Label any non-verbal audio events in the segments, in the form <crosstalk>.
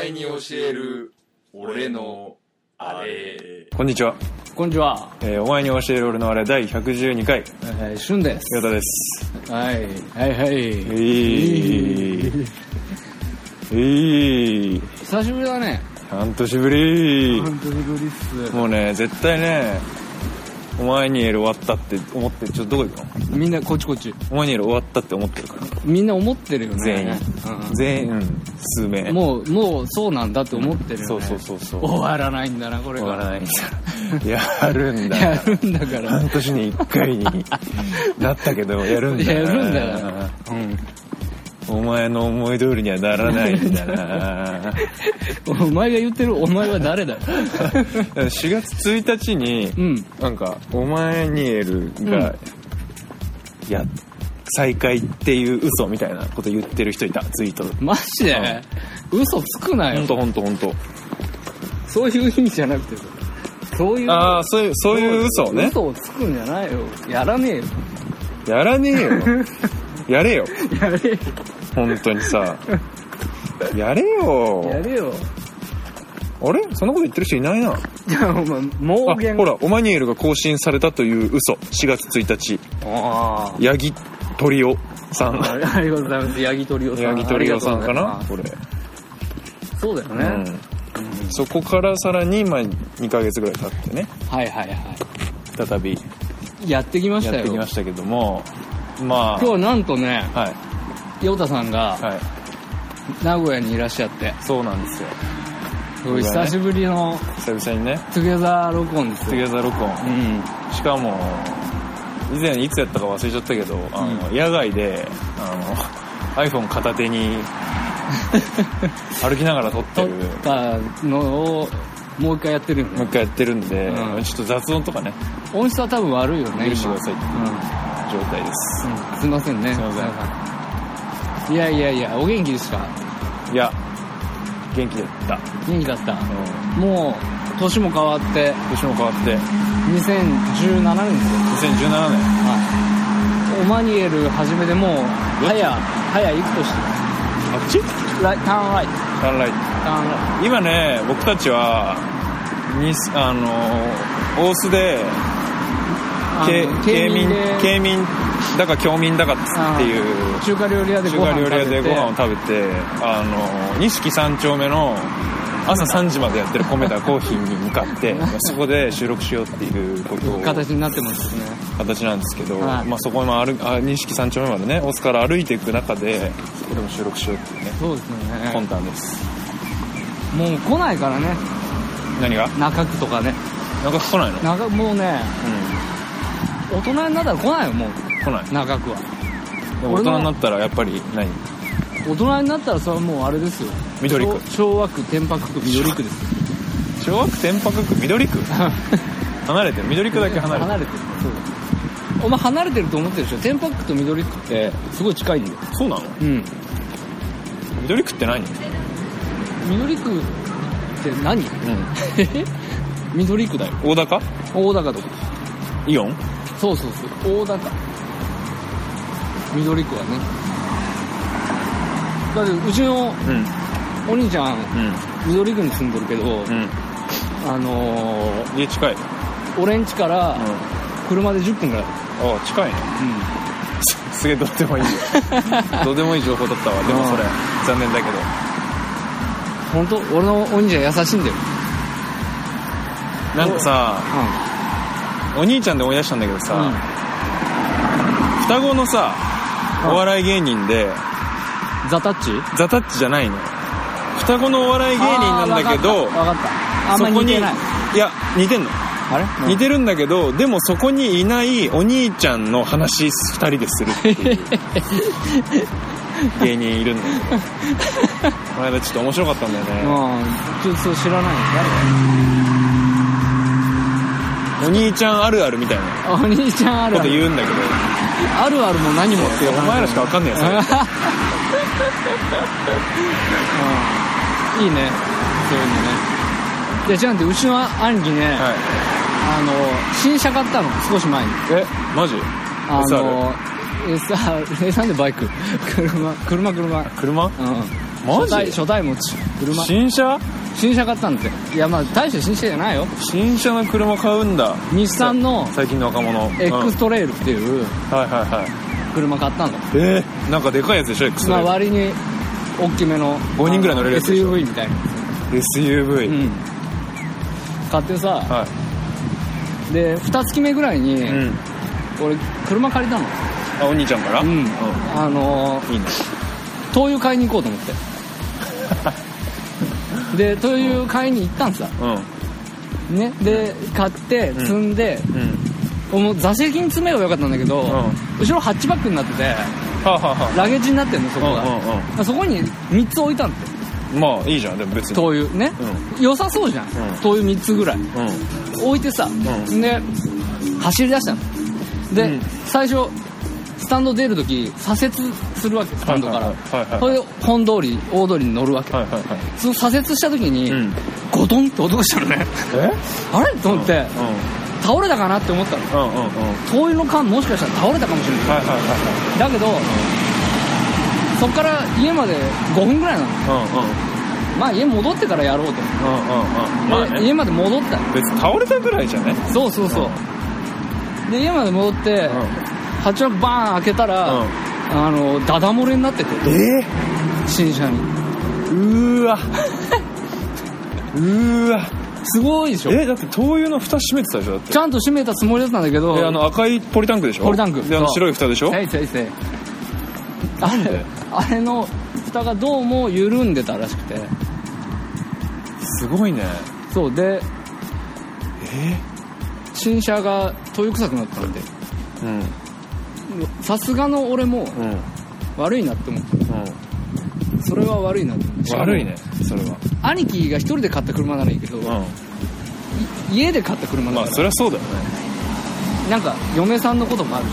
える俺のあれこんにちは、こんにちは、えーお前に教える俺のあれ第112回えー、しゅんです。岩田ですはい、はい、はい。えー、えー、久しぶりだね。半年ぶり当にぶりっす。もうね絶対ねお前にエール終わったって思ってちょっとどこ行くのみんな、こっちこっち。お前にエール終わったって思ってるからみんな思ってるよね。全員、うん全員、うん数名もう、もうそうなんだって思ってるよね。そうそうそうそう終わらないんだな、これ終が。わらないんだ <laughs> やるんだやるんだから。半年に1回になったけどやるんだやるんだから。うん。お前の思い通りにはならないんだ <laughs> なお前が言ってるお前は誰 <laughs> だよ。 4月1日に、うん。なんか「お前にエルが」うんや再会っていう嘘みたいなこと言ってる人いたツイートマジで嘘つくほなんよ。とほんとほんとそういう意味じゃなくて。そういう。ああそういうそういう嘘をね嘘をつくんじゃないよ。やらねえよ。やらね <laughs> えよやれよやれよ。本当に <laughs> さやれよやれよ。あれそんなこと言ってる人いないなあいや、お前、妄言。ほら「おマニエル」が更新されたという嘘4月1日あ八木鳥夫さんあ。ありがとうございます。ヤギトリオさん。八木鳥夫さんかなありがとうございこれますそうだようね。んそこからさらにまあ2ヶ月ぐらい経ってねはいはいは再びい。やってきましたやってきよ。ましたけどもまあ今日なんとね、はいヨタさんがはい名古屋にいらっしゃって、そうなんですよすごい久しぶりの久々にねトゥゲザー録音で「トすゥよ。ゲザー録音うん。」しかも以前いつやったか忘れちゃったけどあの、野外であの iPhone 片手に歩きながら撮って撮っる <laughs> たのを、もう一回やってるよもう一ね。回やってるんで、うんちょっと雑音とかね音質は多分悪いよね、許して今。くだ。うんさいって状態ですうんすいませんね。すいませんせん。いやいやいや、お元気ですかいや元気だった、元気だった。うん、もう、年も変わって、年も変わって2017年ですよ。 2017年オマニエル始めてもう早早いくとしてあっちライターンライトサンライトターンラ今ね僕たちはにあの大須でイけト軽民で軽民だか教民だかっつっていう中華料理屋で中ご華飯料食理屋べでごて飯を食べてあの錦三丁目の朝3時までやってる米田コーヒーに向かって <laughs> そこで収録しようっていうことを形になってますね形なんですけど、はいまあ、そこも歩あ錦三丁目までね大須から歩いていく中でそこでも収録しようっていうねそうですよ魂ね胆ですもう来ないからね何が中区とかねなんか来ないの、うん、中もうね大人になったら来ないよもう来ない中区はでも大人になったらやっぱり何大人になったらそれはもうあれですよ緑区昭昭和区天白区緑区です <laughs> 小学天白区緑区離れてる緑区だけ離れてる離れてるそうお前離れてると思ってるでしょ天白区と緑区ってすごい近いんだよそうなのうん緑区って何うん緑区って <laughs> 何緑区だよ大高大高とかイオンそうそうそう大高緑区はねだってうちのうんお兄ちゃうんん緑区に住んでるけど、うんあの家近いー、俺ん家からうん車で10分ぐらいああ近いね <laughs> うすげえどうで <laughs> もいいよどうでもいい情報だったわでもそれう残念だけどん本当俺のお兄ちゃん優しいんだよなんかさうお兄ちゃんで思い出したんだけどん、うんさ、双子のさお笑い芸人でザタッチザタッチじゃないの双子のお笑い芸人なんだけあーどわかったわかったあんまり似てないそこにいや似てんのあれ似てるんだけどでもそこにいないお兄ちゃんの話2人でするって <laughs> いう芸人いるんだけど <laughs> この間ちょっと面白かったんだよねうんちょっとそう知らないお兄ちゃんあるあるみたいな誰お兄ちゃんあるこあとる言うんだけどあるあるも何もっていうお話前らしか分かんねえよそれ <laughs> うんいいねそういうのねいや違うんでうちの兄貴ね、はいあの新車買ったの少し前にえマジあの SR, SR <laughs> でバイク車車車車マうん初代ジ初代持ち車新車新車買ったんだっていやまあ大した新車じゃないよ新車の車買うんだ日産の最近の若者エうんクストレイルっていうはいはいはい車買ったんだえー、なんかでかいやつでしょ X まあレ割に大きめの五人ぐらい乗れるやつでしょ SUV みたいなイル SUV、うん買ってさ、はで2月目ぐらいに、い、うん、俺車借りたのあお兄ちゃんからうんあのーいいね灯油買いに行こうと思って <laughs> で灯油買いに行ったんさうんねで買って積んで、うんもう座席に詰めればよかったんだけど、ん後ろハッチバックになっててはあ、はあはラゲージになってんのそこが、うんうんそこに3つ置いたんだよあ、まあいいじゃんでも別に灯油ね、良さそうじゃん、ん灯油3つぐらいうん置いてさ、うで走り出したので、うん最初スタンド出る時左折するわけスタンドから、はいはいはいそれで本通り大通りに乗るわけ、はいはいはいその左折した時に、うんゴトンって音がしたのねえあれと思って、うん倒れたかなって思ったのうんうんうん灯油の缶もしかしたら倒れたかもしれないはいはいはだけど、そっから家まで5分ぐらいなのいはいうんうんまあ家戻ってからやろうと、うんうんうんまあでね家まで戻ったの別に倒れたぐらいじゃねそうそうそう、で家まで戻って、うんハチバーン開けたら、うんあのダダ漏れになっててえ新車にー、うーわうーわすごいでしょえだって灯油の蓋閉めてたでしょだってちゃんと閉めたつもりだったんだけどであの赤いポリタンクでしょポリタンクであのそう白い蓋でしょはいはいはいあれあれの蓋がどうも緩んでたらしくてすごいねそうえで新車が灯油臭くなったんでうんさすがの俺もうん悪いなって思ってうそれは悪いなって思ってん悪いねそれは兄貴が一人で買った車ならいいけど、うい家で買った車んまだあかそら、りゃそうだよねなんか嫁さんのこともあるし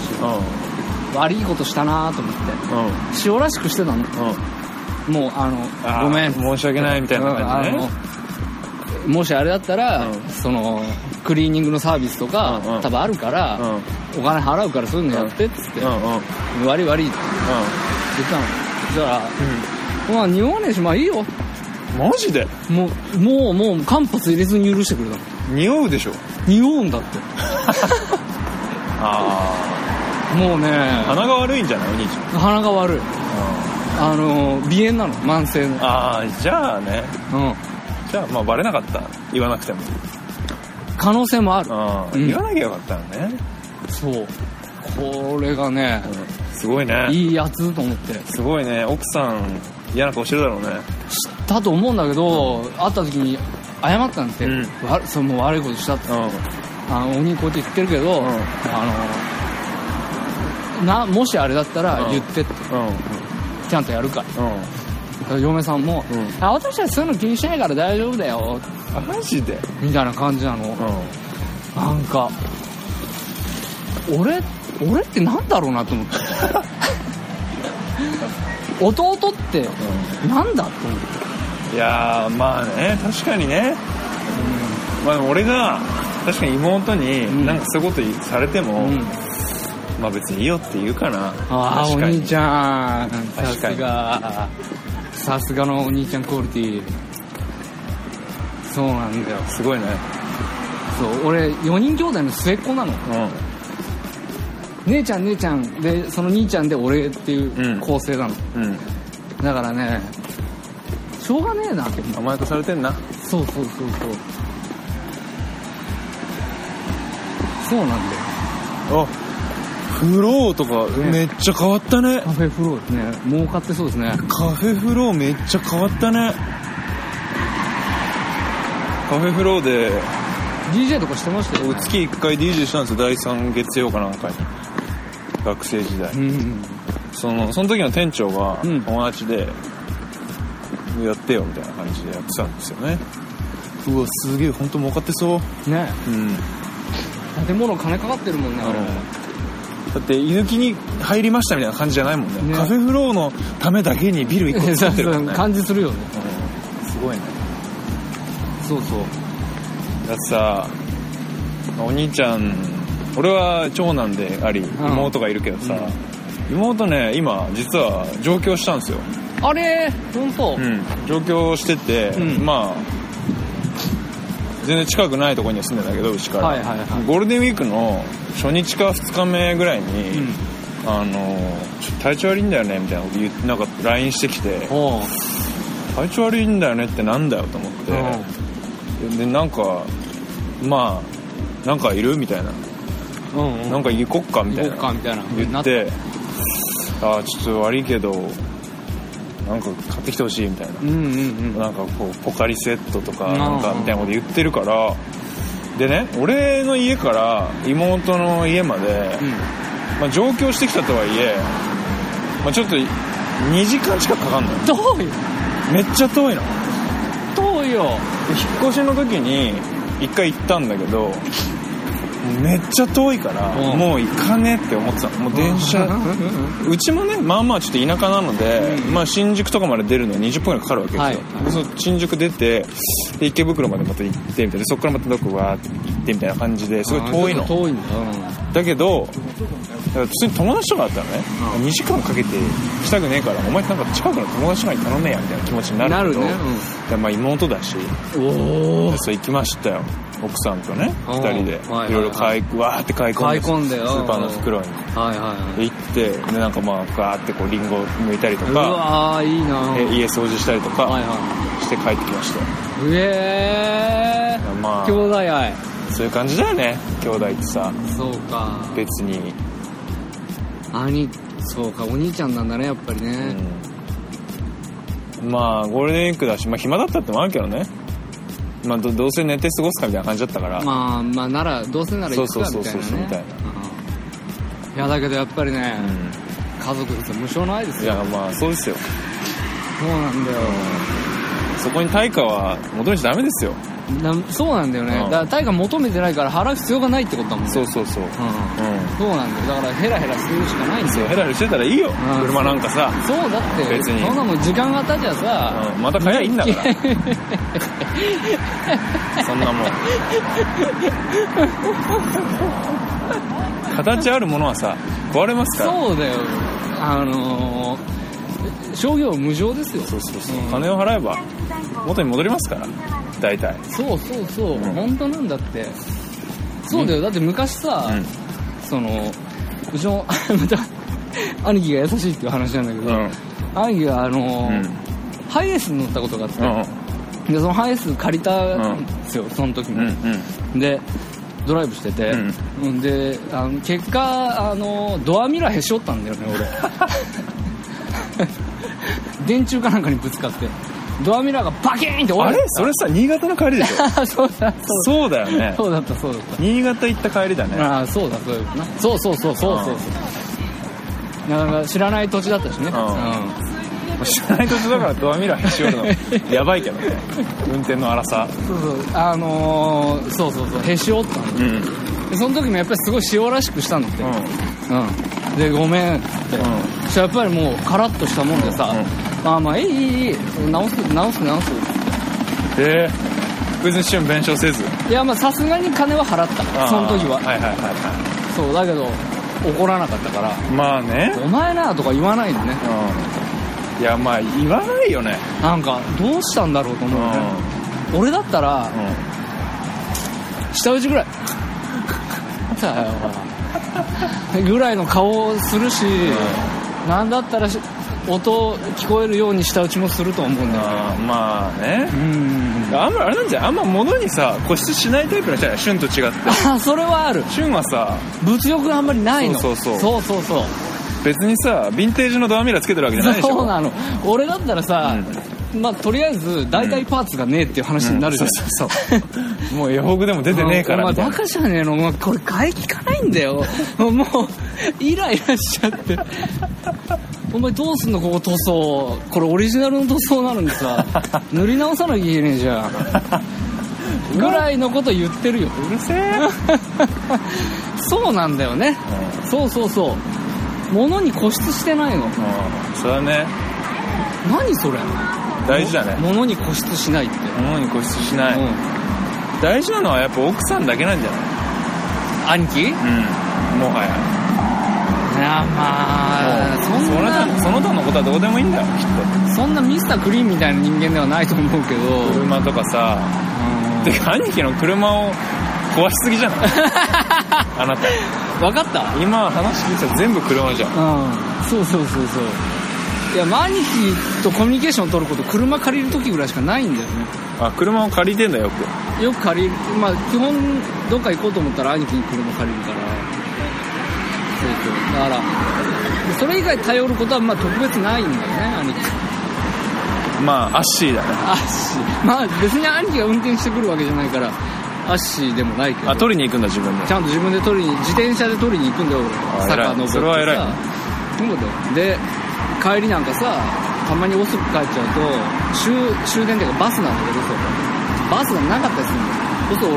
う悪いことしたなと思ってんうん塩らしくしてたのうんもうあのあーごめん申し訳ないみたいな感じねうんあのもしあれだったら、うんそのクリーニングのサービスとか、うんうん多分あるから、お金払うからそういうのやってっつって、うんうんうん悪い悪いって言ったのだからまあ日本ねしまあいいよマジでもうもうもう間髪入れずに許してくれたの匂うでしょ匂うんだって <laughs> あもうねあ鼻が悪いんじゃないお兄ち鼻が悪いゃんあのー鼻炎なの慢性のああじゃあねうんじゃあまあバレなかった言わなくても可能性もあるううんん言わなきゃよかったのねそうこれがねすごいねいいやつと思ってすごいね奥さん嫌な顔してるだろうねだと思うんだけど会った時に謝ったんですようわそれもう悪いことしたってうんあの鬼こうやって言ってるけどんあのなもしあれだったらうん言ってってうんちゃんとやるからうん嫁さんもうん「あ私はそういうの気にしないから大丈夫だよあマジで」みたいな感じなのうなんか俺俺ってなんだろうなと思って <laughs> 弟ってなんだと思っんていやーまあね確かにねまあでも俺が確かに妹んになんかそういうことされても、うんまあ別にいいよって言うかなああお確かに兄ちゃんさ確かすにがさすがのお兄ちゃんクオリティそうなんだよすごいねそう俺4人兄弟の末っ子なの姉ちゃん姉ちゃんでその兄ちゃんで俺っていううん構成なの、うんうんだからねしょうがねえなって思う甘やかされてんなそうそうそうそうそうなんだよあフローとかめっちゃ変わったねカフェフローですね儲かってそうですねカフェフローめっちゃ変わったねカフェフローで DJ とかしてましたよ、ね、月1回 DJ したんですよ第3月曜かなんかに学生時代うんそのその時の店長がうん友達で「やってよ」みたいな感じでやってたんですよねうわすげえ本当儲かってそうねうん建物金かかってるもんねあれだって居抜きに入りましたみたいな感じじゃないもんねねカフェフローのためだけにビル1個作ってるからね感じするよねうんすごいねそうそうだってさお兄ちゃん俺は長男でありん妹がいるけどさ、妹ね今実は上京したんですよあれ本当、うん、上京してて、うんまあ全然近くないところには住んでんだけどうちから、はいはいはいゴールデンウィークの初日か2日目ぐらいに、うんあのちょっと体調悪いんだよねみたいなこと言ってなんか LINE してきておう体調悪いんだよねってなんだよと思って、でなんかまあなんかいるみたいな、うんうんなんか行こっかみたい行なこっかみたいな言なってああちょっと悪いけどなんか買ってきてほしいみたいな、うんうんうんなんかこうポカリセットとかうんなんかみたいなこと言ってるからでね俺の家から妹の家まで、うまあ、上京してきたとはいえ、まあ、ちょっと2時間近くかかんのよん遠いめっちゃ遠いので遠いよ引っ越しの時に一回行ったんだけどめっちゃ遠いからうんもう行かねえって思ってたのもう電車うんうんうちもねまあまあちょっと田舎なので、うんまあ、新宿とかまで出るのに20分ぐらいかかるわけですよ、はいでその新宿出てで池袋までまた行ってみたいなそこからまたどこわーって行ってみたいな感じですごい遠いあのー遠いんだだけど普通に友達とかだったらね、2時間かけて来たくねえからお前なんか近くの友達とかに頼めやみたいな気持ちになるけどなるねでまあ妹だしうんおおそう行きましたよ奥さんとねうん2人ではいはいはいいろいろ買いわーって買い込んで買い込んでよスーパーの袋にはいはいはい行ってでなんかまあガーってこうリンゴ剥いたりとうかわーいいなえ家掃除したりとはいかはして帰ってきましたよいええまあ兄弟愛そういう感じだよね兄弟ってさそうか別に、兄そうかお兄ちゃんなんだねやっぱりね、うん、まあゴールデンウィークだし、まあ、暇だったってのもあるけどねまあどどうせ寝て過ごすかみたいな感じだったから、まあまあならどうせなら行くかそうそみうたいそうなそうねみたいなうんいやだけどやっぱりね、う家族ですよ無償の愛でん、すいよやまあそうですよそうなんだよそこに対価は求めちゃダメですよなそうなんだよね、うんだから大我求めてないから払う必要がないってことだもんねそうそうそううん、うんそうなんだよだからヘラヘラするしかないんだそうよヘラヘラしてたらいいようん車なんかさ、そうだって別にそんなもん時間が経っちゃ <laughs> さ、うん、また買えばいいんだからいやそんなもん形あるものはさ壊れますからそうだよあのー、商業無償ですよそうそうそう、ん金を払えば元に戻りますから大体そうそうそう、ん本当なんだってそうだよだって昔さ、うんそのうちの <laughs> また兄貴が優しいっていう話なんだけうど、んうん兄貴があのうーんハイエースに乗ったことがあって、うんでそのハイエース借りたんですよ、その時うんに、でドライブしてて、うん、であの結果あのドアミラーへし折ったんだよね <laughs> 俺電柱かなんかにぶつかってドアミラーがバキーンってあ折れれそれさ新潟の帰りでしょた <laughs> そうだ <laughs> そそうだうだよねそうだったそうだった新潟行った帰りだねああそうだそうだなそうそうそうそうそうそうなかなか知らない土地だったしね、うんん知らない途中だからドアミラーへし折る <laughs> のやばいけどね運転の荒さそうそうあのー、そうそうそうへし折ったのうんうんでその時もやっぱりすごい塩らしくしたんだって、うん、でごめんっつって、うんそしたらやっぱりもうカラッとしたもんでさ、うまあまあいいいいいい直す直す直すで別に旬弁償せずいやまあさすがに金は払ったあーその時は、はいはいはいはそうだけど怒らなかったからいまあね「お前な」とか言わないのねうんいやまあ言わないよねなんかどうしたんだろうとう思んうよね、俺だったらうん下打ちぐらいだよぐらいの顔をするし、なんだったらし音聞こえるように下打ちもすると思うんだよあーまあねうんあんまあれなんじゃないあんま物にさ固執しないタイプの人じゃない旬と違ってあそれはある旬はさ物欲があんまりないのそうそうそうそうそう別にさヴィンテージのドアミラーつけてるわけじゃないでしょそうなの俺だったらさ、まあとりあえず代替パーツがねえっていう話になるじゃん、うんそうそう <laughs> そうもう予告でも出てねえからおみた前いバなカじゃねえのお前これ買い聞かないんだよもうもうイライラしちゃってお前どうすんのここ塗装これオリジナルの塗装なのに <laughs> さ塗り直さなきゃいけねえじゃんぐらいのこと言ってるよ <laughs> うるせえそうなんだよねそうそうそう物に固執してないのうんそれはね何それ大事だね物に固執しないって、物に固執しない、うん大事なのはやっぱ奥さんだけなんじゃない兄貴うんもはややまあそそんの他なその他のことはどうでもいいんだよきっそんなミスタークリーンみたいな人間ではないと思うけどと <laughs> 車とかさてか兄貴の車を壊しすぎ <laughs> じゃないあなた分かった今話聞いてたら全部車じゃんうんそうそうそうそういや毎日とコミュニケーション取ること車借りる時ぐらいしかないんだよねあ車を借りてんだよよくよく借りるまあ基本どっか行こうと思ったら兄貴に車借りるからそうそうだからそれ以外頼ることはまあ特別ないんだよね兄貴まあアッシーだねアッシーまあ別に兄貴が運転してくるわけじゃないからアッシーでもないけどあ取りに行くんだ自分でちゃんと自分で取りに自転車で取りに行くんだよあ坂偉い登ってさそれは偉いそうだよで帰りなんかさたまに遅く帰っちゃうと終終電っていうかバスなんだけどそうバスがなかったりするんだよそうすると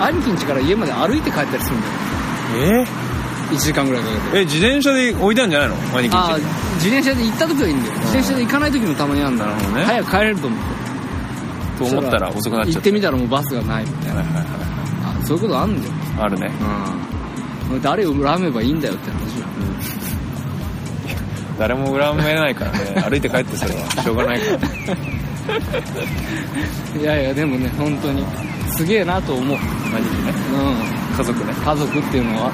俺兄貴ん家から家まで歩いて帰ったりするんだよえ1時間ぐらいかけてえ自転車で置いたんじゃないの兄貴んああち自転車で行った時はいいんだよ自転車で行かない時もたまにあるんだなるほどね早く帰れると思ってと思ったら遅くなっちゃ行っったてみたらもうバスがないみたいなはいはいはあそういうことあんだよいあるねうん誰を恨めばいいんだよって話よ誰も恨めないから <laughs> ね歩いて帰ってそれはしょうがないからいやいやでもね本当にすげえなと思う、うん、兄貴ね家族ね家族っていうのは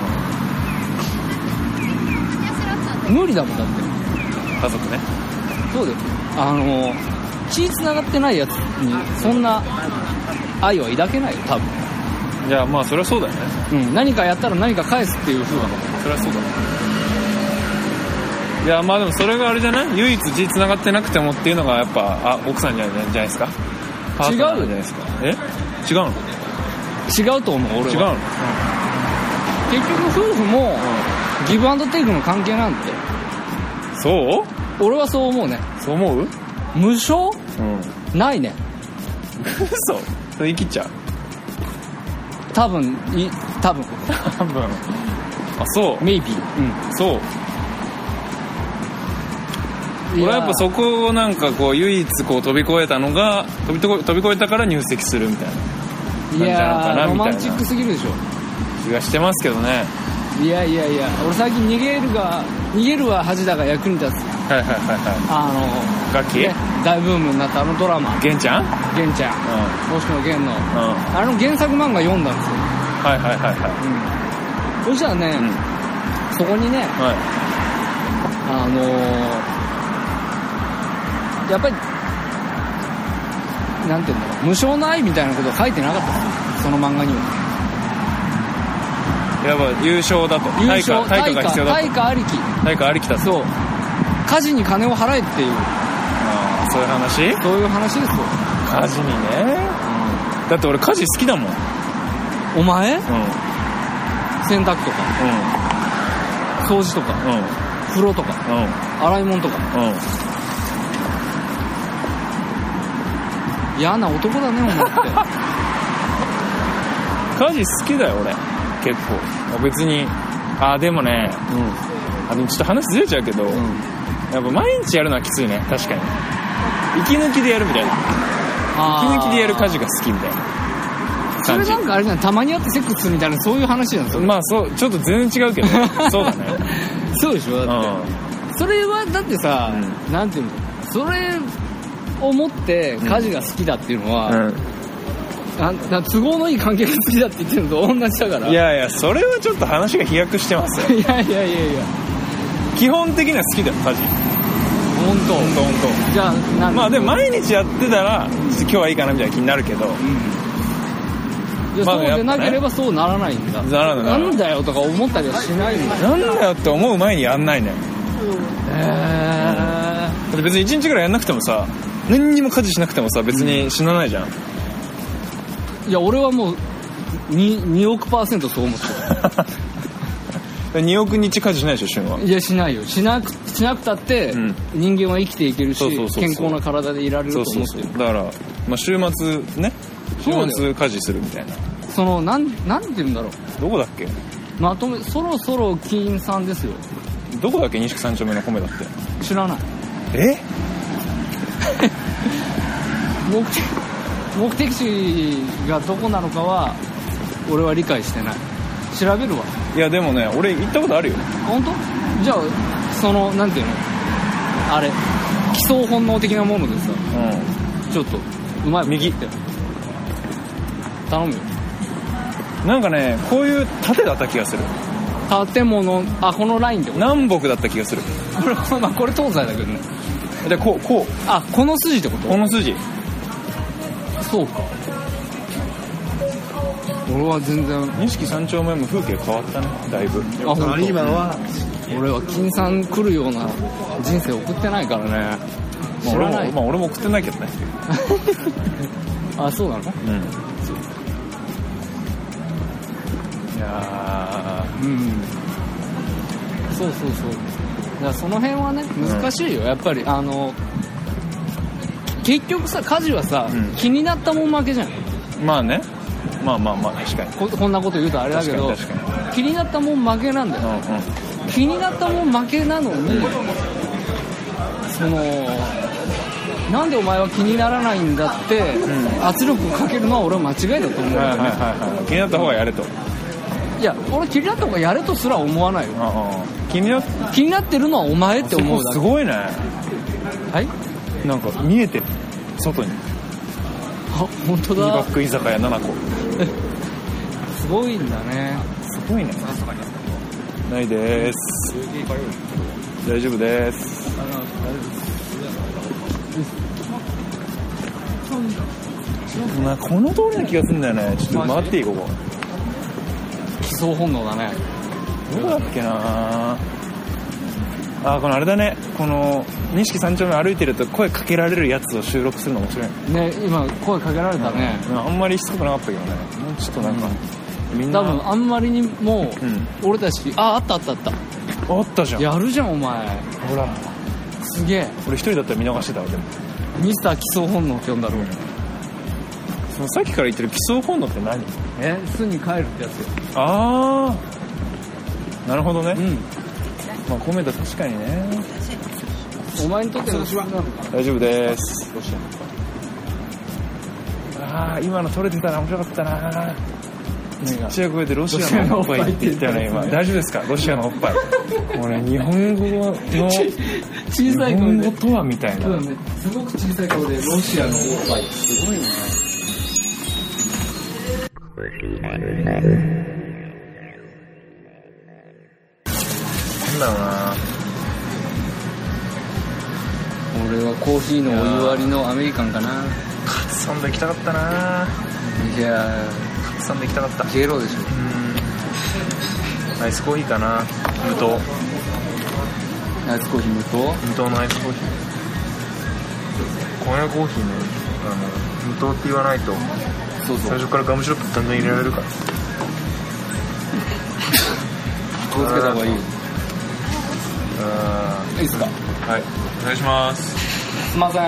無理だもんだって家族ねそうだよあの血繋がってないやつにそんな愛は抱けないよ多分、いやまあそれはそうだよねうん、何かやったら何か返すっていう風なそれはそうだねいやまあでもそれがあれじゃない唯一血繋がってなくてもっていうのがやっぱあ奥さんじゃないじゃないですかパートナーなんじゃないですかえ違うの違うと思う俺違うはの違う結局夫婦もギブアンドテイクの関係なんてそう俺はそう思うねそう思う無償うんないね嘘それ生きちゃう多分い多分多分あそうメイビーそううん俺はやっぱそこをなんかこう唯一こう飛び越えたのが飛びとこ飛び越えたから入籍するみたいなういやーなんじゃなロいかなみたいなマンチックすぎるでしょ気がしてますけどねいやいやいや俺最近逃げるが逃げるは恥だが役に立つはいはいはいはいあガキの、ね、大ブームになったあのドラマゲンちゃんうんうん「源ちゃん」は星野源のんあの原作漫画読んだんですよ、いはいはいはうん、そしたらねい、うんそこにねはいあのー、やっぱりなんて言うんだろう無償の愛みたいなことは書いてなかったんですよその漫画にはやばい優勝だと優対勝価対価が必要だ対と価ありき対価ありきだとそう家事に金を払えっていうあーそういう話そういう話ですよ、家事にねだって俺家事好きだもんうんお前うん洗濯とか掃除とかうん風呂とかうん洗い物とかうん嫌な男だねお前っ家事好きだよ俺結構別にあーでもねて、うあでもちょっと話ずれちゃうけど、んやっぱ毎日やるのはきついね確かに息抜きでやるみたいな息抜きでやる家事が好きみたいなそ感れじなんかあれじゃんたまに会ってセックスするみたいなそういう話なんですよまあそうちょっと全然違うけど <laughs> そうだねそうでしょうだんってそれはだってさ、うなんていうのそれを持って家事が好きだっていうのは、なんなん都合のいい関係が好きだって言ってるのと同じだからいやいやそれはちょっと話が飛躍してますよ <laughs> いやいやいやいや基本的には好きだよ家事本当本当本じゃあな当んまあでも毎日やってたらちょっと今日はいいかなみたいな気になるけどいやまあそうやっでぱねなければそうならないんだならないならないんだよとか思ったりはしないんだなんだよって思う前にやんないねへだって別に1日ぐらいやんなくてもさ何にも家事しなくてもさ別に死なないじ <laughs> ゃん、えいや俺はもう 2, 2億パーセントそう思って2億日家事しないでしょ旬はるいやしないよしなくしなくたってうん人間は生きていけるし、そうそうそうそう健康な体でいられるとそ思うってそるうそそうだから、まあ、週末ね週そうだよ末家事するみたいなのなんなんて言うんだろうどこだっけまとめそろそろ金さんですよどこだっけ錦三丁目の米だって知らないえ目的目的地がどこなのかは俺は理解してない調べるわいやでもね俺行ったことあるよ本当じゃあそのなんていうのあれ基礎本能的なものでさちょっとうまい右って頼むよなんかねこういう縦だった気がする建物あこのラインってこと南北だった気がするこれ <laughs> まあこれ東西だけどねでこうこあこの筋ってこうこの筋とそうか俺は全然錦三丁目も風景変わったねだいぶあ本サ当ラリーマンは俺は金さん来るような人生送ってないからねまあ知らな俺いも、まあ、俺も送ってないけどね <laughs> あそうなのうんいやうんそうそうそうだからその辺はね難しいよ、やっぱりあの結局さ家事はさ、うん気になったもん負けじゃんーまあねまあまあまあ確かにここんなこと言うとあれだけど確かに確気になったもん負けなんだうよ、んうん気になったもん負けなのに、そのなんでお前は気にならないんだって、ん圧力をかけるのは俺は間違いだと思うんだはいはよいはいはね、い気になった方がやれとい、や俺気になった方がやれとすら思わないよああ気になっ気になってるのはお前ってそ思こうだすけごいねはいなんか見えてる外にあ本当ティーバだック居酒屋7個すごいんだねすごいねないです大丈夫ですなこの通りな気がするんだよねちょっとマ回ジっていいここ基礎本能だねどこだっけなあーこのあれだねこの錦三丁目歩いてると声かけられるやつを収録するの面白いねね今声かけられたね、あんまりしつこくなかったけどねもうちょっとなんか、みんな多分あんまりにもうん俺たちああったあったあったあったじゃんやるじゃんお前ほらすげえ俺一人だったら見逃してたわでもミスター基礎本能って呼んだろうそのさっきから言ってる基礎本能って何え巣に帰るってやつよああなるほどね、うまあコメント確かにねんお前にとっての基礎なのか大丈夫ですああ今の取れてたら面白かったなちっちゃい声でロシアのおっぱいって言ったよね今大丈夫ですかロシアのおっぱい <laughs> 俺日本語の日小さい声本語でとはみたいなそうだねすごく小さい声でロシアのおっぱいすごいねなんだろうな俺はコーヒーのお湯割りのアメリカンかなカツサンド行きたかったないやカツサンド行きたかったうーゲロでしょーんアイスコーヒーかな無糖アイスコーヒー無糖無糖のアイスコーヒーこのコーヒーねあの無糖って言わないとそうそう初からガムシロップだんだん入れられるから気をつけた方がいいあいいっすかーはいお願いしますすいません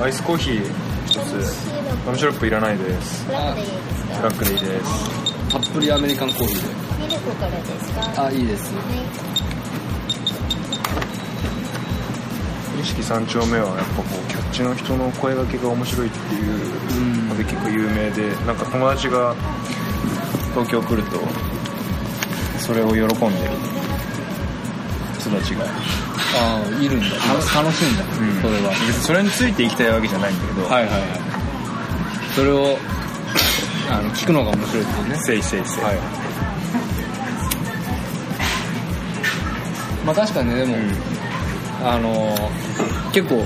アイスコーヒー一つガムシロップいらないですブラックでいいでブラックでいいすかですたっぷりアメリカンコーヒーでミルクからですかあいいですはい錦三丁目はやっぱこうキャッチの人の声がけが面白いっていうので結構有名でなんか友達が東京来るとそれを喜んでる人たちが、ああいるんだ楽楽しいんだ、うんそれは別にそれについていきたいわけじゃないんだけど、はいはいはいそれをあの聞くのが面白いですよねせいせいせい、まあ確かにねでも、うんあの結構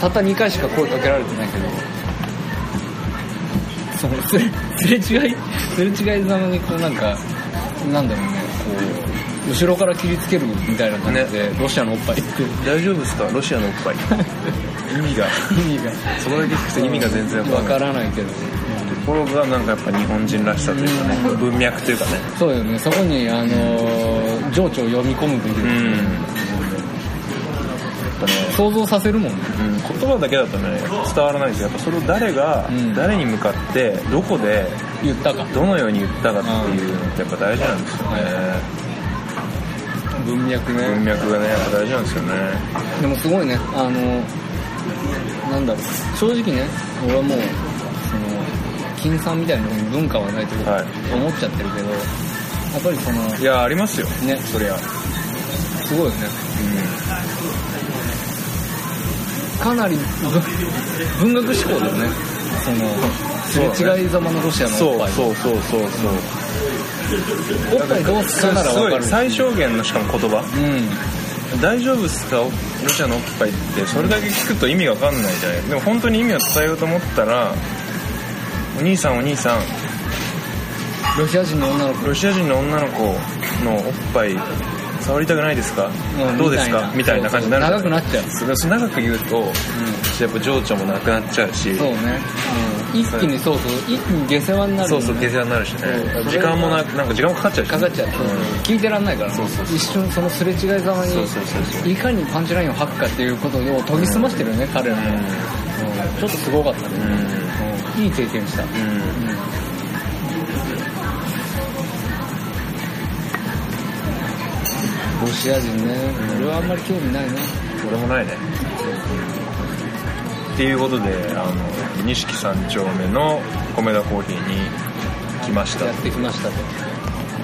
たった2回しか声かけられてないけどそのすれすれ違いすれ違いざまにこうなんかなんだろうねこう後ろから切りつけるみたいな感じで、ロシアのおっぱいって大丈夫ですかロシアのおっ <laughs> ぱい意味が意味がそこだけ聞くと意味が全然わわかからないらないけどところがなんかやっぱ日本人らしさというかね文脈というかねそうよねそこにあの情緒を読み込むというう、んやっぱね想像させるもんねうん、言葉だけだとね伝わらないんですよやっぱそれを誰が、うん誰に向かってどこで言ったかどのように言ったかっていうのってやっぱ大事なんですよね、文脈ね文脈がねやっぱ大事なんですよねでもすごいねあのなんだろう正直ね俺はもうその金さんみたいなのに文化はないというはい思っちゃってるけど、やっぱりその、いやありますよね、そりゃすごいよね。かなり文文学思考だよね。その、すれ違いざまのロシアのそおっぱうい。そうそうそうそうおっぱいどうすかならすわごかる。い最小限のしかも言葉うん。大丈夫っすかロシアのおっぱいってそれだけ聞くと意味わかんないじゃないでも本当に意味を伝えようと思ったらお兄さんお兄さんロシア人の女の子。ロシア人の女の子のおっぱい触りたくないですか、んどうですかみたいな感じになるそうそう長くなっちゃうそれそれ長く言うとうやっぱ情緒もなくなっちゃうしん。そうね。うん。一気に、そうそう。一気に下世話になるそようね。そう下世話になるしねそう時間もなくなんか時間もかかっちゃうしかかっちゃう、聞いてらんないから、そうそうそう一瞬そのすれ違いざまにそうそうそうそいかにパンチラインを吐くかっていうことを研ぎ澄ましてるよね、彼らうも、うんちょっとすごかったね、んうんいい経験した、うんうんうんロシア人ね、うん俺はあんまり興味ないね俺もないねっていうことであの錦三丁目の米田コーヒーに来ましたやってきましたと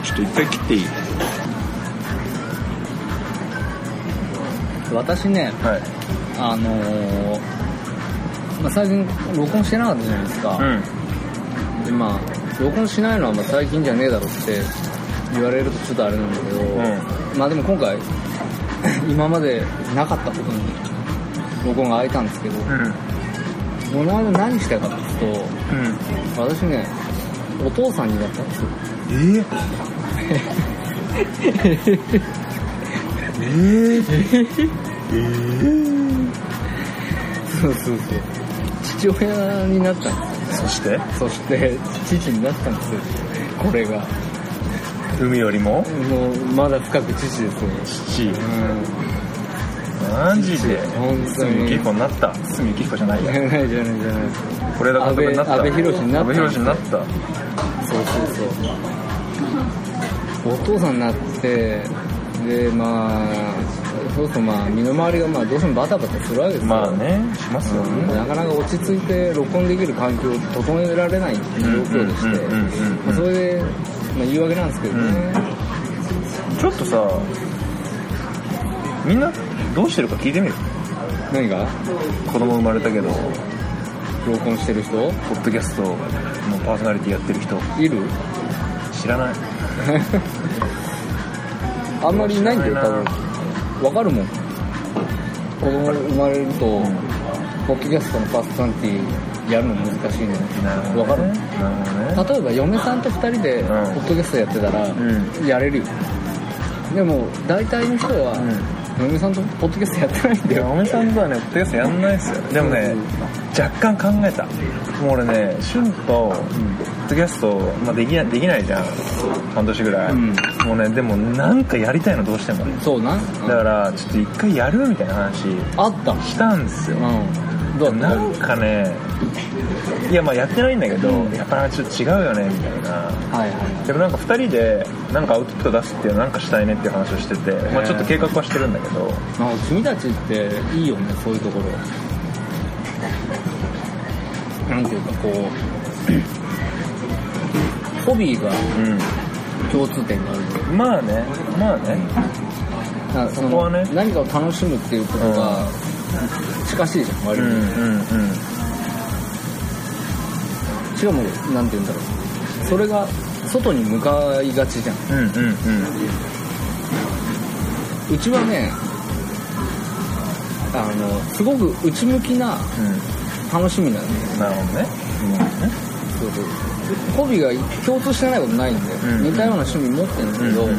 ちょっと一回切っていい私ねはいあのーまあ、最近録音してなかったじゃないですか、うんでまあ録音しないのはまあ最近じゃねえだろって言われるとちょっとあれなんだけど、まあでも今回 <laughs> 今までなかったことに録音が空いたんですけど、うんこの間何したかっていううんと私ねお父さんになったんですよええええそうそうそう父親になったんでそしてすそして父になったんですよこれが海よりももうまだ深く父ですよ父うんマジで本当隅にきっこになった隅きっこじゃないじゃやないじゃないじゃないこれだ監督になった安倍安倍博士になっ安た倍博士になったそうそうそうお父さんになってでまあそうそうまあ身の回りがまあどうしてもバタバタするわけですよまあねしますようんねなかなか落ち着いて録音できる環境を整えられないっていう状況でしてうんうんうんうんうんまあそれで、まあ、言い訳なんですけどね、ちょっとさみんなどうしてるか聞いてみる何が子供生まれたけど録音してる人ポッドキャストのパーソナリティやってる人いる知らないあんまりいないんだよ知らないな多分わかるもん子供生まれるとポッドキャストのパーソナリティやるの難しいねわかるねなるほどね例えば嫁さんと2人でんポッドキャストやってたら、うやれるよでも大体の人は、嫁さんとポッドキャストやってないんだいやよおめさんとはねポッドキャストやんないですよでもね若干考えたもう俺ね旬とポッドキャスト、まあ、できなできないじゃん半年ぐらい、うんもうねでもなんかやりたいのどうしてもねそうなだからちょっと一回やるみたいな話あったしたんですよ、うんどうだなったんかねいやまあやってないんだけど、やっぱなんかちょっと違うよねみたいなはいはでもなんか2人でなんかアウトプット出すっていうのなんかしたいねっていう話をしてて、まあ、ちょっと計画はしてるんだけどいなんか君たちっていいよねそういうところなんていうかこうホビーがう共通点があるんだよんまあねまあねなんかそのそこはね何かを楽しむっていうことが近しいじゃん割うと、んうんうんしかもなんて言うんだろうそれが外に向かいがちじゃんうんうんうちはねあのすごく内向きなう楽しみなんでんなるほどねそうそうホビーが共通してないことないんで、うん似たような趣味持ってるんだうけんど、うんうん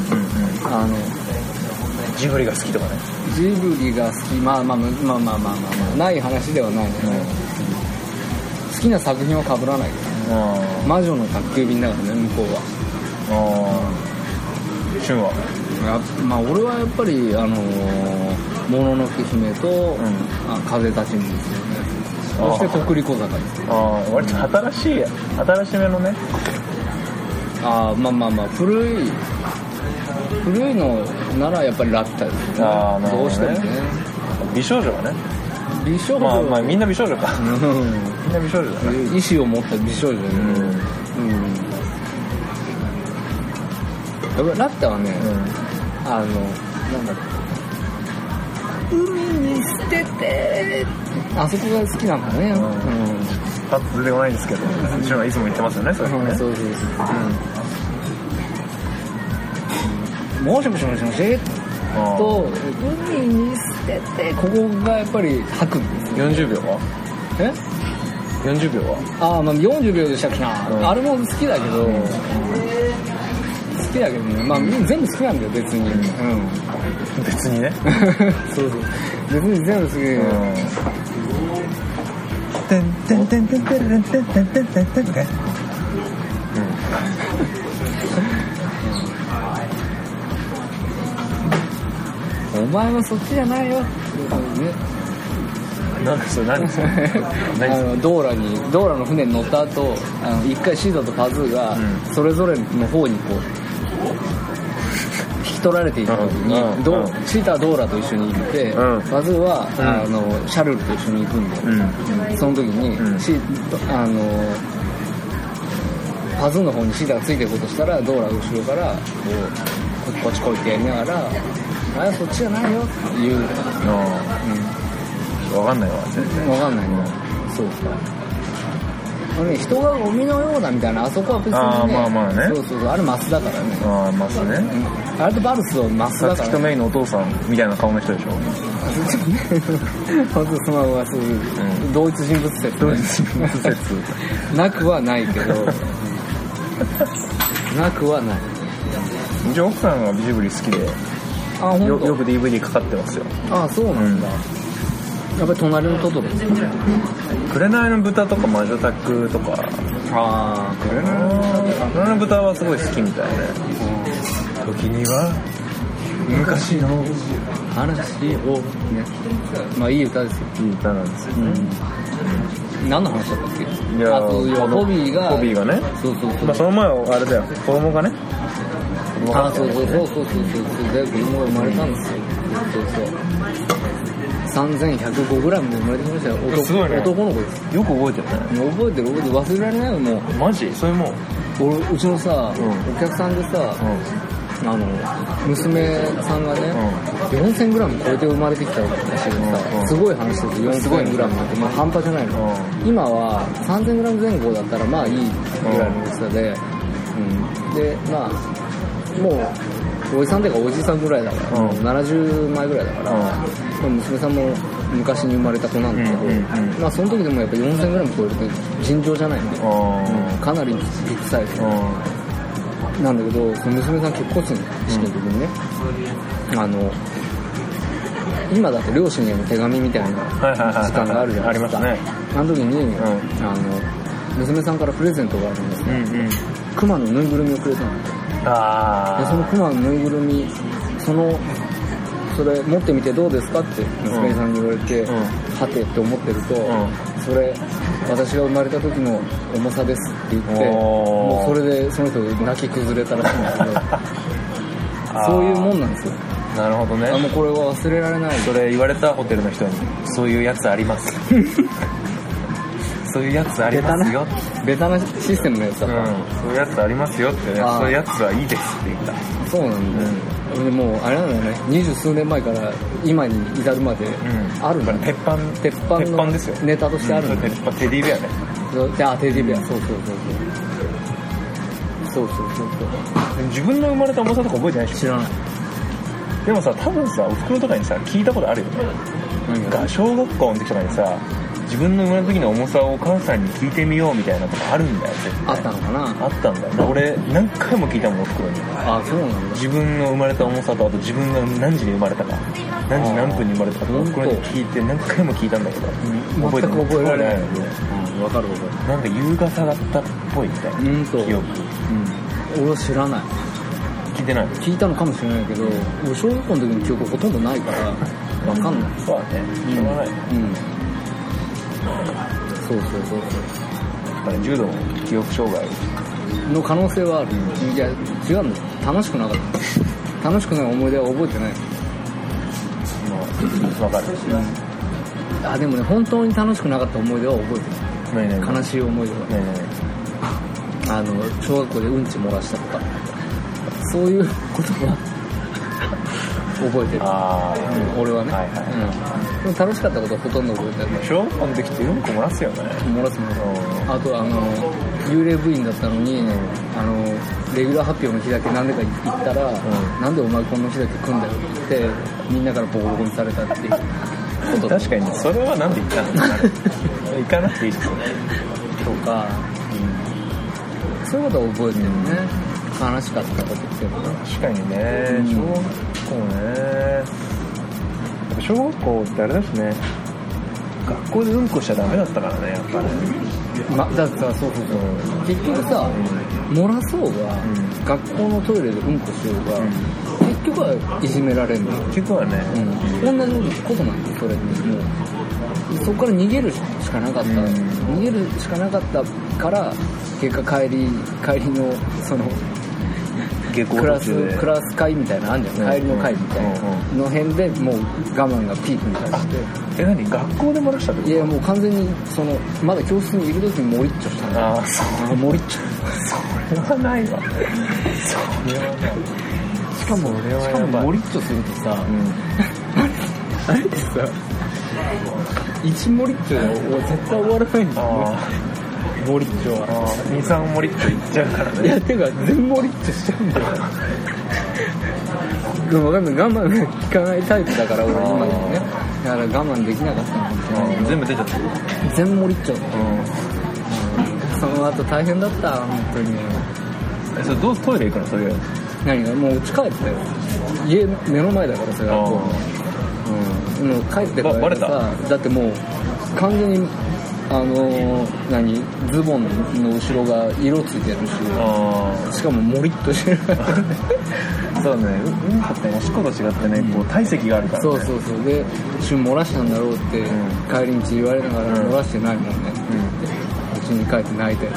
あのジブリが好きとかねジブリが好きまあまあまあまあまあまあ、まあ、ない話ではないけど、好きな作品は被らないあ魔女の宅急便だからね向こうはあああ旬はやまあ俺はやっぱりあのーもののけ姫と、あ風立ちぬですよねあそして国立小坂ですああ割と新しい新しめのねああまあまあまあ古い古いのならやっぱりラピュタですよねあーなるほどどねうしてもね美少女がね美少女、まあまあみんな美少女かうんな美少女だね意思を持った美少女に、うんうんやっぱラッタはね、あのなんだろう海に捨ててあそこが好きなんだねうん、パッと出てこないんですけど美少女はいつも言ってますよねそれねうんそうそうそううんもしもしもしもしあーと海に捨ててここがやっぱり吐くんですよ40秒はえ40秒はああまあ40秒でしたっけな、うんあれも好きだけど、好きだけどねまあ全部好きなんだよ別にうん別にね <laughs> そうそう別に全部好きだけど、てんてんてんてんてんてんてんてんてんてんてんてんお前はそっちじゃないよ。なんかそれ何それあ何それのドーラにドーラの船に乗った後、あの一回シードとパズーがうんそれぞれの方にこう引き取られていた時うんうんに、ドうーシータはドーラと一緒に行って、うんパズーはうんあのシャルルと一緒に行くんだよ。うんその時に、うんシあのパズーの方にシータがついていこうとしたらドーラが後ろからこうここっち来いってやりながら「あれそっちじゃないよ」って言ううんわかんないわ全然わかんないねそうかあのね人がゴミのようだみたいなあそこは別にねあーまあまあねそうそうそうあれマスだからね、ああまずねうん、あれとバルスはマスさだつかきとらねメイのお父さんみたいな顔の人でしょ <laughs> 本当そのままそういう、ん同一人物説、ね、同一人物説 <laughs> なくはないけ <laughs> どなくはないうち奥さんがビジブリ好きであ本当よよく DVD かかってますよあそうなんだ、やっぱり隣のトトロ「紅の豚」とか「魔女宅」とかあ「紅の豚」はすごい好きみたいね時には昔のあ話をねまあいい歌ですよいい歌なんですよ何の話だったっけいやあと要はボビーがボビーがねそうそうそうまあその前はあれだよ子供がね子供があそうそうそうそうそうそうで子供が生まれたんですよそうそう3105グラムで生まれてきましたよ男すごいね男の子ですよく覚えてるねもう覚えてる覚えてる忘れられないよもうマジそういうもん、うん、俺うちのさ、うんお客さんでさ、あの娘さんがね、4000グラム超えて生まれてきたらしいのさ、うんうんすごい話ですよすごい4000グラムなんて、まあ、半端じゃないの、今は3000グラム前後だったらまあいいぐらいの大きさで、うんでまあもうおじさんというかおじさんぐらいだから、うん70前ぐらいだから、まあ娘さんも昔に生まれた子なんだけど、うんうんうんまあその時でもやっぱ4000グラム超えると尋常じゃないんだよ、うんかなりビッグサイズなんだけどその娘さん結婚するの試験の時にね、あの今だと両親への手紙みたいなはいはいはい時間があるじゃないですかありますあの時に、うんあの娘さんからプレゼントがあるんですようんうんクマのぬいぐるみをくれたのでああそのクマのぬいぐるみそのそれ持ってみてどうですかって娘さんに言われて、うんはてって思ってると、んそれ私が生まれた時の重さですって言ってもおーうそれでその人泣き崩れたらしいんで <laughs> すけどーそういうもんなんですよなるほどねあもうこれは忘れられないそれ言われたホテルの人にそういうやつありますそういうやつありベタますなよベタなシステムのやつだうっんた、、そういうやつありますよってね、あーそういうやつはいいですって言った。そうなんだよ、俺もうあれなんだよね二十数年前から今に至るまでんあるんだよ、鉄板、鉄板鉄板のですよ。ネタとしてあるんだよ、鉄板、テディベアね。そうであテレビやそうそうそうそうそうそうそうそ自分の生まれた重さとか覚えてないでうし知らないょ。でもさ、多分さ、お袋とかにさ、聞いたことあるよね。何なんか小学校の時とかにさ、自分の生まれた時の重さをお母さんに聞いてみようみたいなとかあるんだよ、絶あ対ったのかなあったんだよ。俺、何回も聞いたもん、お袋に。あそうなんだ自分の生まれた重さとあと自分が何時に生まれたか何時何分に生まれたかとあかーこれ聞いて何回も聞いたんだけどん覚えてない全く覚えられない覚えてないうんわかるわかなんか夕方だったっぽいみたいなるうんと記憶俺は知らない聞いてない聞いたのかもしれないけど俺小学校の時の記憶ほとんどないからわかんないそうだねしょうがないだうんそうそうそうから柔道も記憶障害そうの可能性はあるいや違うんだよ楽しくなかった楽しくない思い出は覚えてないの分かるあでもね本当に楽しくなかった思い出は覚えてるないないない悲しい思いとかねえねあの小学校でうんち漏らしたとかそういうことは覚えてえるあうんあ俺はね、はいはいうん、でも楽しかったことはほとんど覚えてない小学校の時ってうんこ漏らすよね漏らすのうがんあとあの幽霊部員だったのに、あのレギュラー発表の日だけ何でか行ったら、んなんでお前この日だけ来んだよって言ってみんなからボコボコにされたっていうこと確かにそれはなんで行ったの行かなくていいですよねとか、そういうことは覚えてるね、悲しかったことっていうのは確かにね、うん小学校ねやっぱ小学校ってあれだしね学校でうんこしちゃダメだったからねやっぱねま、だってさそうそうそう結局さ漏らそうが、ん学校のトイレでうんこしようが、ん結局はいじめられるのよ結局はね、うん、同じことなんですそれってもうそこから逃げるしかなかった、うん逃げるしかなかったから結果帰り帰りのその下校クラ途中スでクラス会みたいなのあんじゃん、うん帰りの会みたいな、うんの辺でもう我慢がピークに達してえ何学校で漏らしたってこいやもう完全にそのまだ教室にいる時にモリッチョしたとのああそあモリッチれはないわョしかもそれはしやばいかもモリッチョするとさ、あれってさ1モリッチョで俺絶対終わらないんだよあモリッチョはあ23モリッといっちゃうからいねや、てか、全盛りってしちゃうんだよ。でも分かんない。我慢が効かないタイプだから、俺今でもね。だから我慢できなかったのかもしれないけ全部出ちゃったうんど。全盛りっちゃう。その後大変だった、本当に。えそれどうトイレ行くのとりあえず何がもう家帰ったよ。家目の前だからさ、学校うん。もう帰ってからばバレたさ、だってもう、完全に、あのー、何ズボンの後ろが色ついてるし、あしかもモリッとして <laughs> る。あそうねううんこっておしっこと違ってね、こう体積があるからねそうそうそうで一瞬漏らしたんだろうって、ん帰り道言われながらうん漏らしてないもんねって言ってうち、に帰って泣いたよ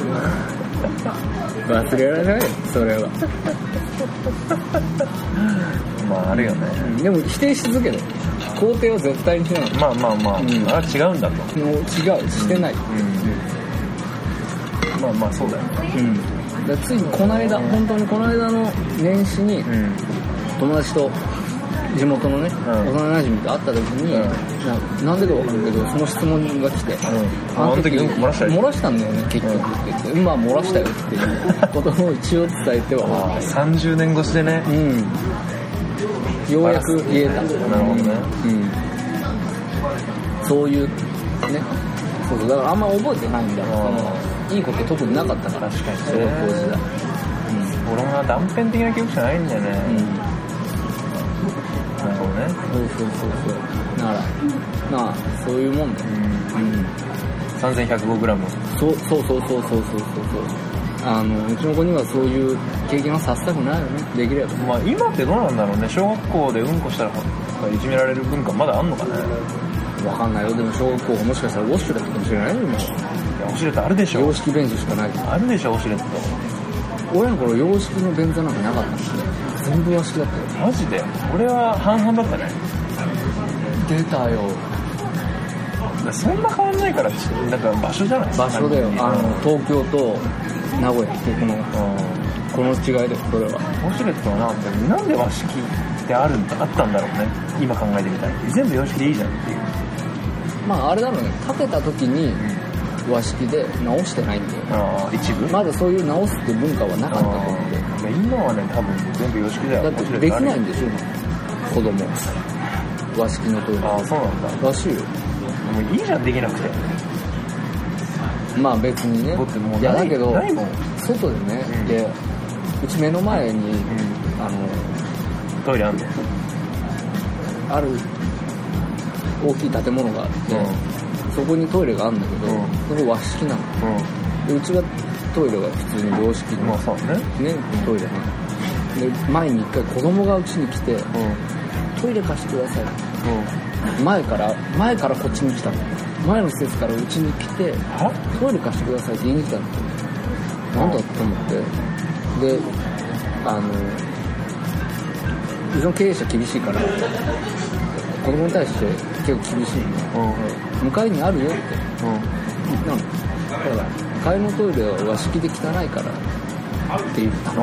忘れられないよそれはまああるよね、でも否定し続ける肯定は絶対にしないもまあまあまあ、んあれ違うんだと、う違うしてない、まあまあそうだよねうんだからついこの間本当にこの間の年始にん友達と地元のね、ん幼馴染と会った時に、ななんでかわかるけどその質問が来て、んあの時うんこ漏らしたでしょ漏らしたんだよね結局って言って、まあ漏らしたよっていうことを一応伝え <laughs> ては30年越しでねうんようやく言えなたるほどねうんそういうねそうそうだからあんま覚えてないんだよあそのいいこと特になかったから確かにね小学校時代俺もな断片的な記憶じゃないんだよね、うんなるほどねそうそうそうそうだからまあそういうもんだよ、うん3105グラムそうそうそうそうそうそうそうあのうちの子にはそういう経験はさせたくないよねできれまばあ今ってどうなんだろうね小学校でうんこしたらいじめられる文化まだあんのかねわかんないよでも小学校がもしかしたらウォッシュレットかもしれないよもういやオシュレットあるでしょ洋式便所しかないあるでしょオシュレット俺の頃洋式の便座なんかなかったし全部和式だったよマジで俺は半々だったね出たよだからそんな変わんないからなんか場所じゃない場所だようんあの東京と名古屋っていうこのうんこの違いだよこれはウォシュレットはなんなんで和式ってあるんだあったんだろうね今考えてみたら全部洋式でいいじゃんっていうまああれだろうね建てた時に和式で直してないんだよああ一部まだそういう直すっていう文化はなかったと思うんだよあー今はね多分全部洋式だよだってできないんだでしょ子供和式のトイレああそうなんだらしいよもういいじゃんできなくてまあ別にねだってもういやないだけどないもん外でね、うんでうち目の前に、んあのトイレあんのある大きい建物があって、そこにトイレがあるんだけど、うんそこ和式なのうでうちはトイレが普通に洋式んまのあ、そうねねトイレなので前に一回子供がうちに来てうんうん「トイレ貸してください」前から前からこっちに来たの前の施設からうちに来てはトイレ貸してくださいって言いに来たのなんだと思ってであのうちの経営者厳しいから子供に対して結構厳しいのうん向かいにあるよってうん言ったのほら替えのトイレは和式で汚いからって言ったあ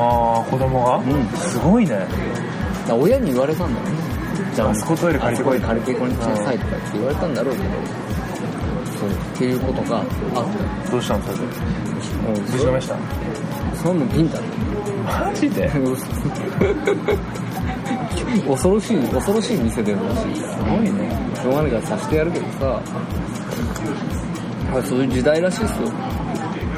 あ子供が、んすごいねだから親に言われたんだろうねじゃああそこトイレ借りてこいあそこ借りてこいなさいとかって言われたんだろうけどそうっていうことがあっどうしたんですかたもうぶちのめしたそんなもんピンだね <laughs> マジで恐ろしい恐ろしい店でのらしいすごいねしょうがないからさしてやるけどさまあそういう時代らしいですよい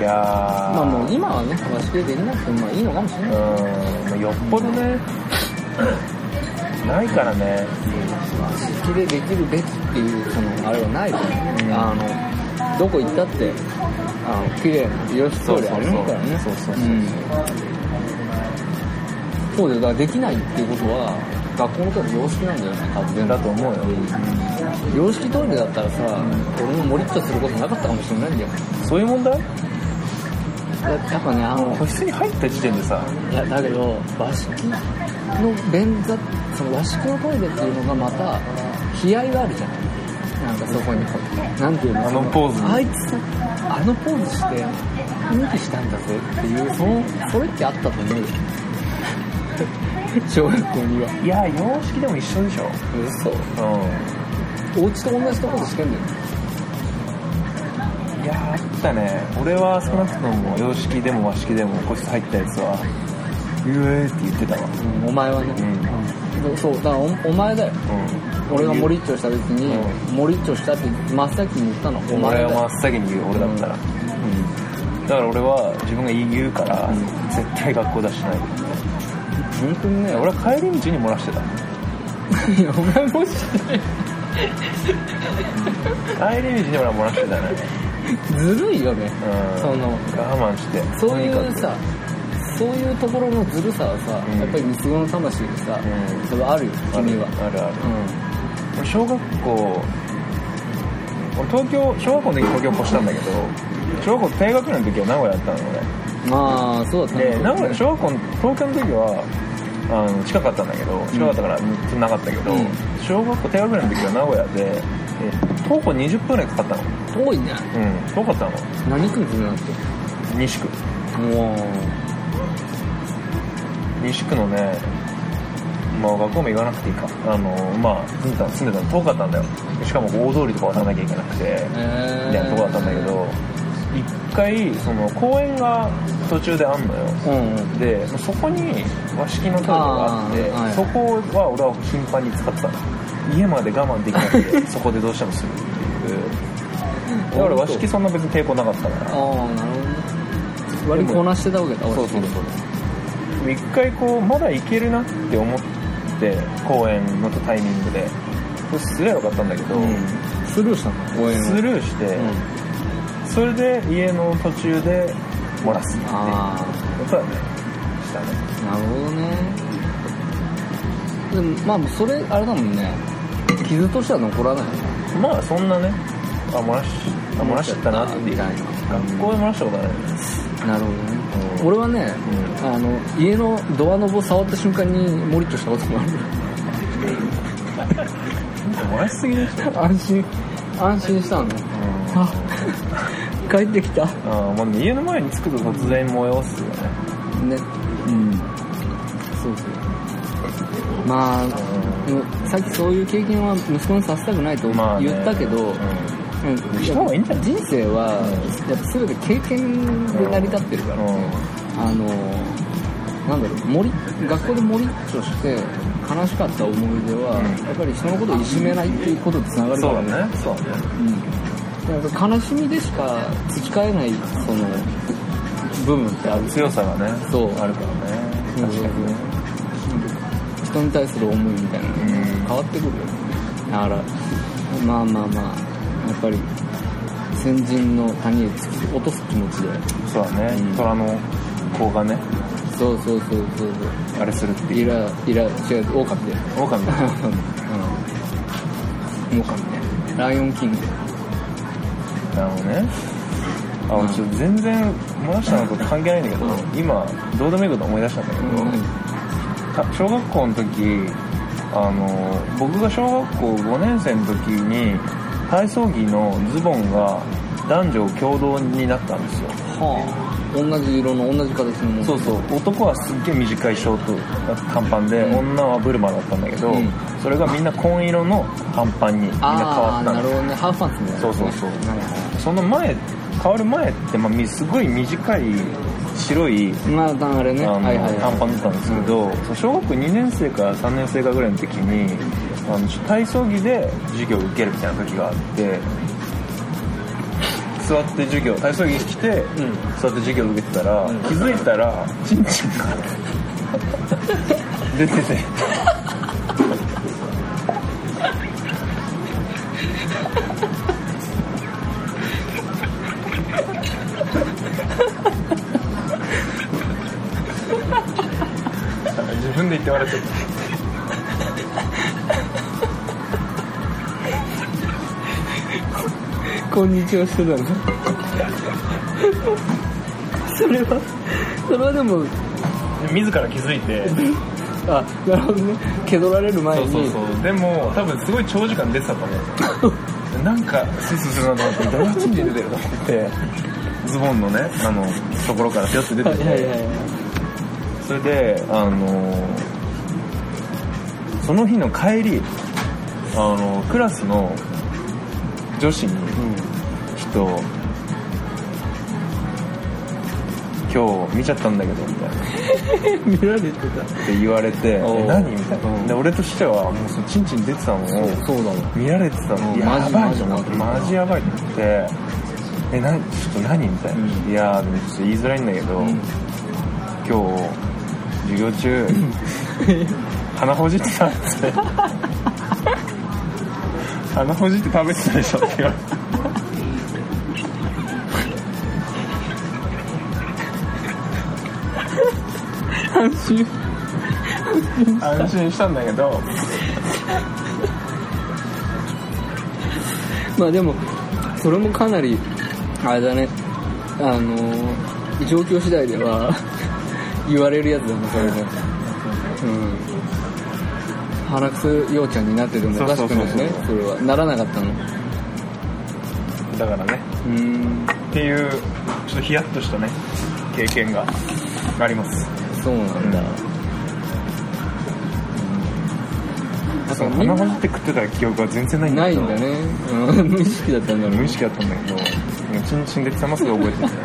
やーまあもう今はね和式でできなくてもまあいいのかもしれなういーんまあよっぽどねないからね好きでできるべきっていうそのあれはないと思う、あのどこ行ったってあの綺麗な美容室トイレありますからねそうそうそうそうそうそううんそうだよだからできないっていうことは学校の時洋式なんだよね完全にだと思うよ洋式トイレだったらさ、俺もモリッとすることなかったかもしれないんだよそういう問題ややっぱねあの個室に入った時点でさいやだけど和式の便座その和式のトイレっていうのがまた悲哀があるじゃんなんかそこになんていうのあのポーズあいつさあのポーズして抜きしたんだぜっていうそのそれってあったと思うよ <laughs> 小学校にはいや洋式でも一緒でしょ嘘うお家と同じとことしてんだよんいやあったね俺は少なくとも洋式でも和式でも個室入ったやつは「うえ」って言ってたわお前はね、うんそうだからおお前だようん俺がモリッチョした時に、モリッチョしたって真っ先に言ったのお前だ俺よは真っ先に言う俺だったら、うんだから俺は自分が言うから、絶対学校出しない本当にね俺は帰り道に漏らしてたいやお前もし帰り道に俺は漏らしてたね、ずるいよね、うん、その我慢してそうとにいうかくさそういうところのずるさはさ、うんやっぱり三つ子の魂でさ、うんそれはあるよあ君るはあるある俺小学校俺東京小学校の時東京越したんだけど小学校低学年の時は名古屋だったのうんまあそうだった俺でね名古屋小学校の東京の時はあの近かったんだけど近かったからなかったけど、うん小学校低学年の時は名古屋でで徒歩20分ぐらいかかったの遠いねうん遠かったの何区にするなんて西区も西区のねまあ学校も行かなくていいかあのまあ住んでた住んでたの遠かったんだよしかも大通りとか渡らなきゃいけなくてうえみたいなとこだったんだけど一回その公園が途中であんのようんでそこに和式のトイレがあってあーはいそこは俺は頻繁に使ってたの家まで我慢できなくてそこでどうしてもするって <laughs> いうだから和式そんな別に抵抗なかったからああなるほどね割りこなしてたわけだそうそうそう一回こうまだ行けるなって思って公園のタイミングでこれすりゃよかったんだけど、うんスルーしたの公園をスルーして、うんそれで家の途中で漏らすっていうああことだねしたねなるほどねでもまあそれあれだもんね傷としては残らないよねまあそんなねあ漏らしあ漏らしちゃったなっていうみたいな学校で漏らしたことないなるほどねうん俺はね、あの家のドアノブを触った瞬間にモリッとしたこともある漏らしすぎでしょ安心安心したのねあ帰ってきたねあーまあ家の前に着くと突然催すよねうんそうそうまあうんさっきそういう経験は息子にさせたくないとまあね言ったけど、ううんした方がいいんじゃない人生はやっぱ全て経験で成り立ってるから、んうんあのなんだろう森学校で森として悲しかった思い出は、うんやっぱり人のことをいじめないっていうことにつながるかそうらだねそうだねうん、だから悲しみでしか培えないその部分ってある強さがねそうあるからねうん確かにね人に対する思いみたいなのうんが変わってくるよねだからまあまあまあやっぱり先人の谷へ突き落とす気持ちでそうだね、うん虎の子がねそうそうそうそうそうあれするってイいうライラ違う狼で狼だうん狼ねライオンキングなるほどねあ俺ちょっと全然漏らしたのと関係ないんだけど、今どうでもいいこと思い出したんだけど、た小学校の時あの僕が小学校5年生の時に体操着のズボンが男女共同になったんですよはあ同じ色の同じ形のものそうそう男はすっげえ短いショート短パンで、うん女はブルマだったんだけど、うんそれがみんな紺色の短パンにみんな変わあっあたなんでするほよどねハーフパンツみたいなそうそうそうなるほその前変わる前って、まあ、みすごい短い白いどまああれあねのはいはいはい短パンだったんですけど、そう小学校2年生から3年生かぐらいの時にあの体操着で授業を受けるみたいな時があって座って授業体操着着て、ん座って授業を受けてたら、気づいた <laughs> らチンチンが出てて。自分で言って笑っちゃったこんにちはしてたのそれはそれはでも自ら気づいてあなるほどね蹴取られる前そうにそうそうでも多分すごい長時間出てたと思 <laughs> うなんかスイスイするなと思ってダンチンで出てると思ってズボンのねあのところからピョって出てはいて、はいはいそれであのその日の帰りあのクラスの女子に「ちょっと今日見ちゃったんだけど」みたいなうん見られてって言われて「おうえ何?」みたいな、うんで俺としてはもうそのチンチン出てたのをたそうだもん見られてたのうんやばマいジと思ってマジマジやばいと思って「えなちょっと何?」みたいな「ういやーでもちょっと言いづらいんだけど、ん今日授業 <laughs> 中鼻ほじってた」っつって「鼻ほじって食べてたでしょ」って言われて。安心したんだけどまあでもそれもかなりあれだねあのー状況次第では <laughs> 言われるやつだねそれでうん鼻くそようちゃんになっててもおかしくないねそうそうそうそれはならなかったのうだからねーんっていうちょっとヒヤッとしたね経験がありますそうなんだ、その鼻ほじって食ってた記憶は全然ないんだなけいどんだね、うん、 <laughs> 無意識だったんだろう無ね意識だったんだけどチンチンで冷ますで覚えてるね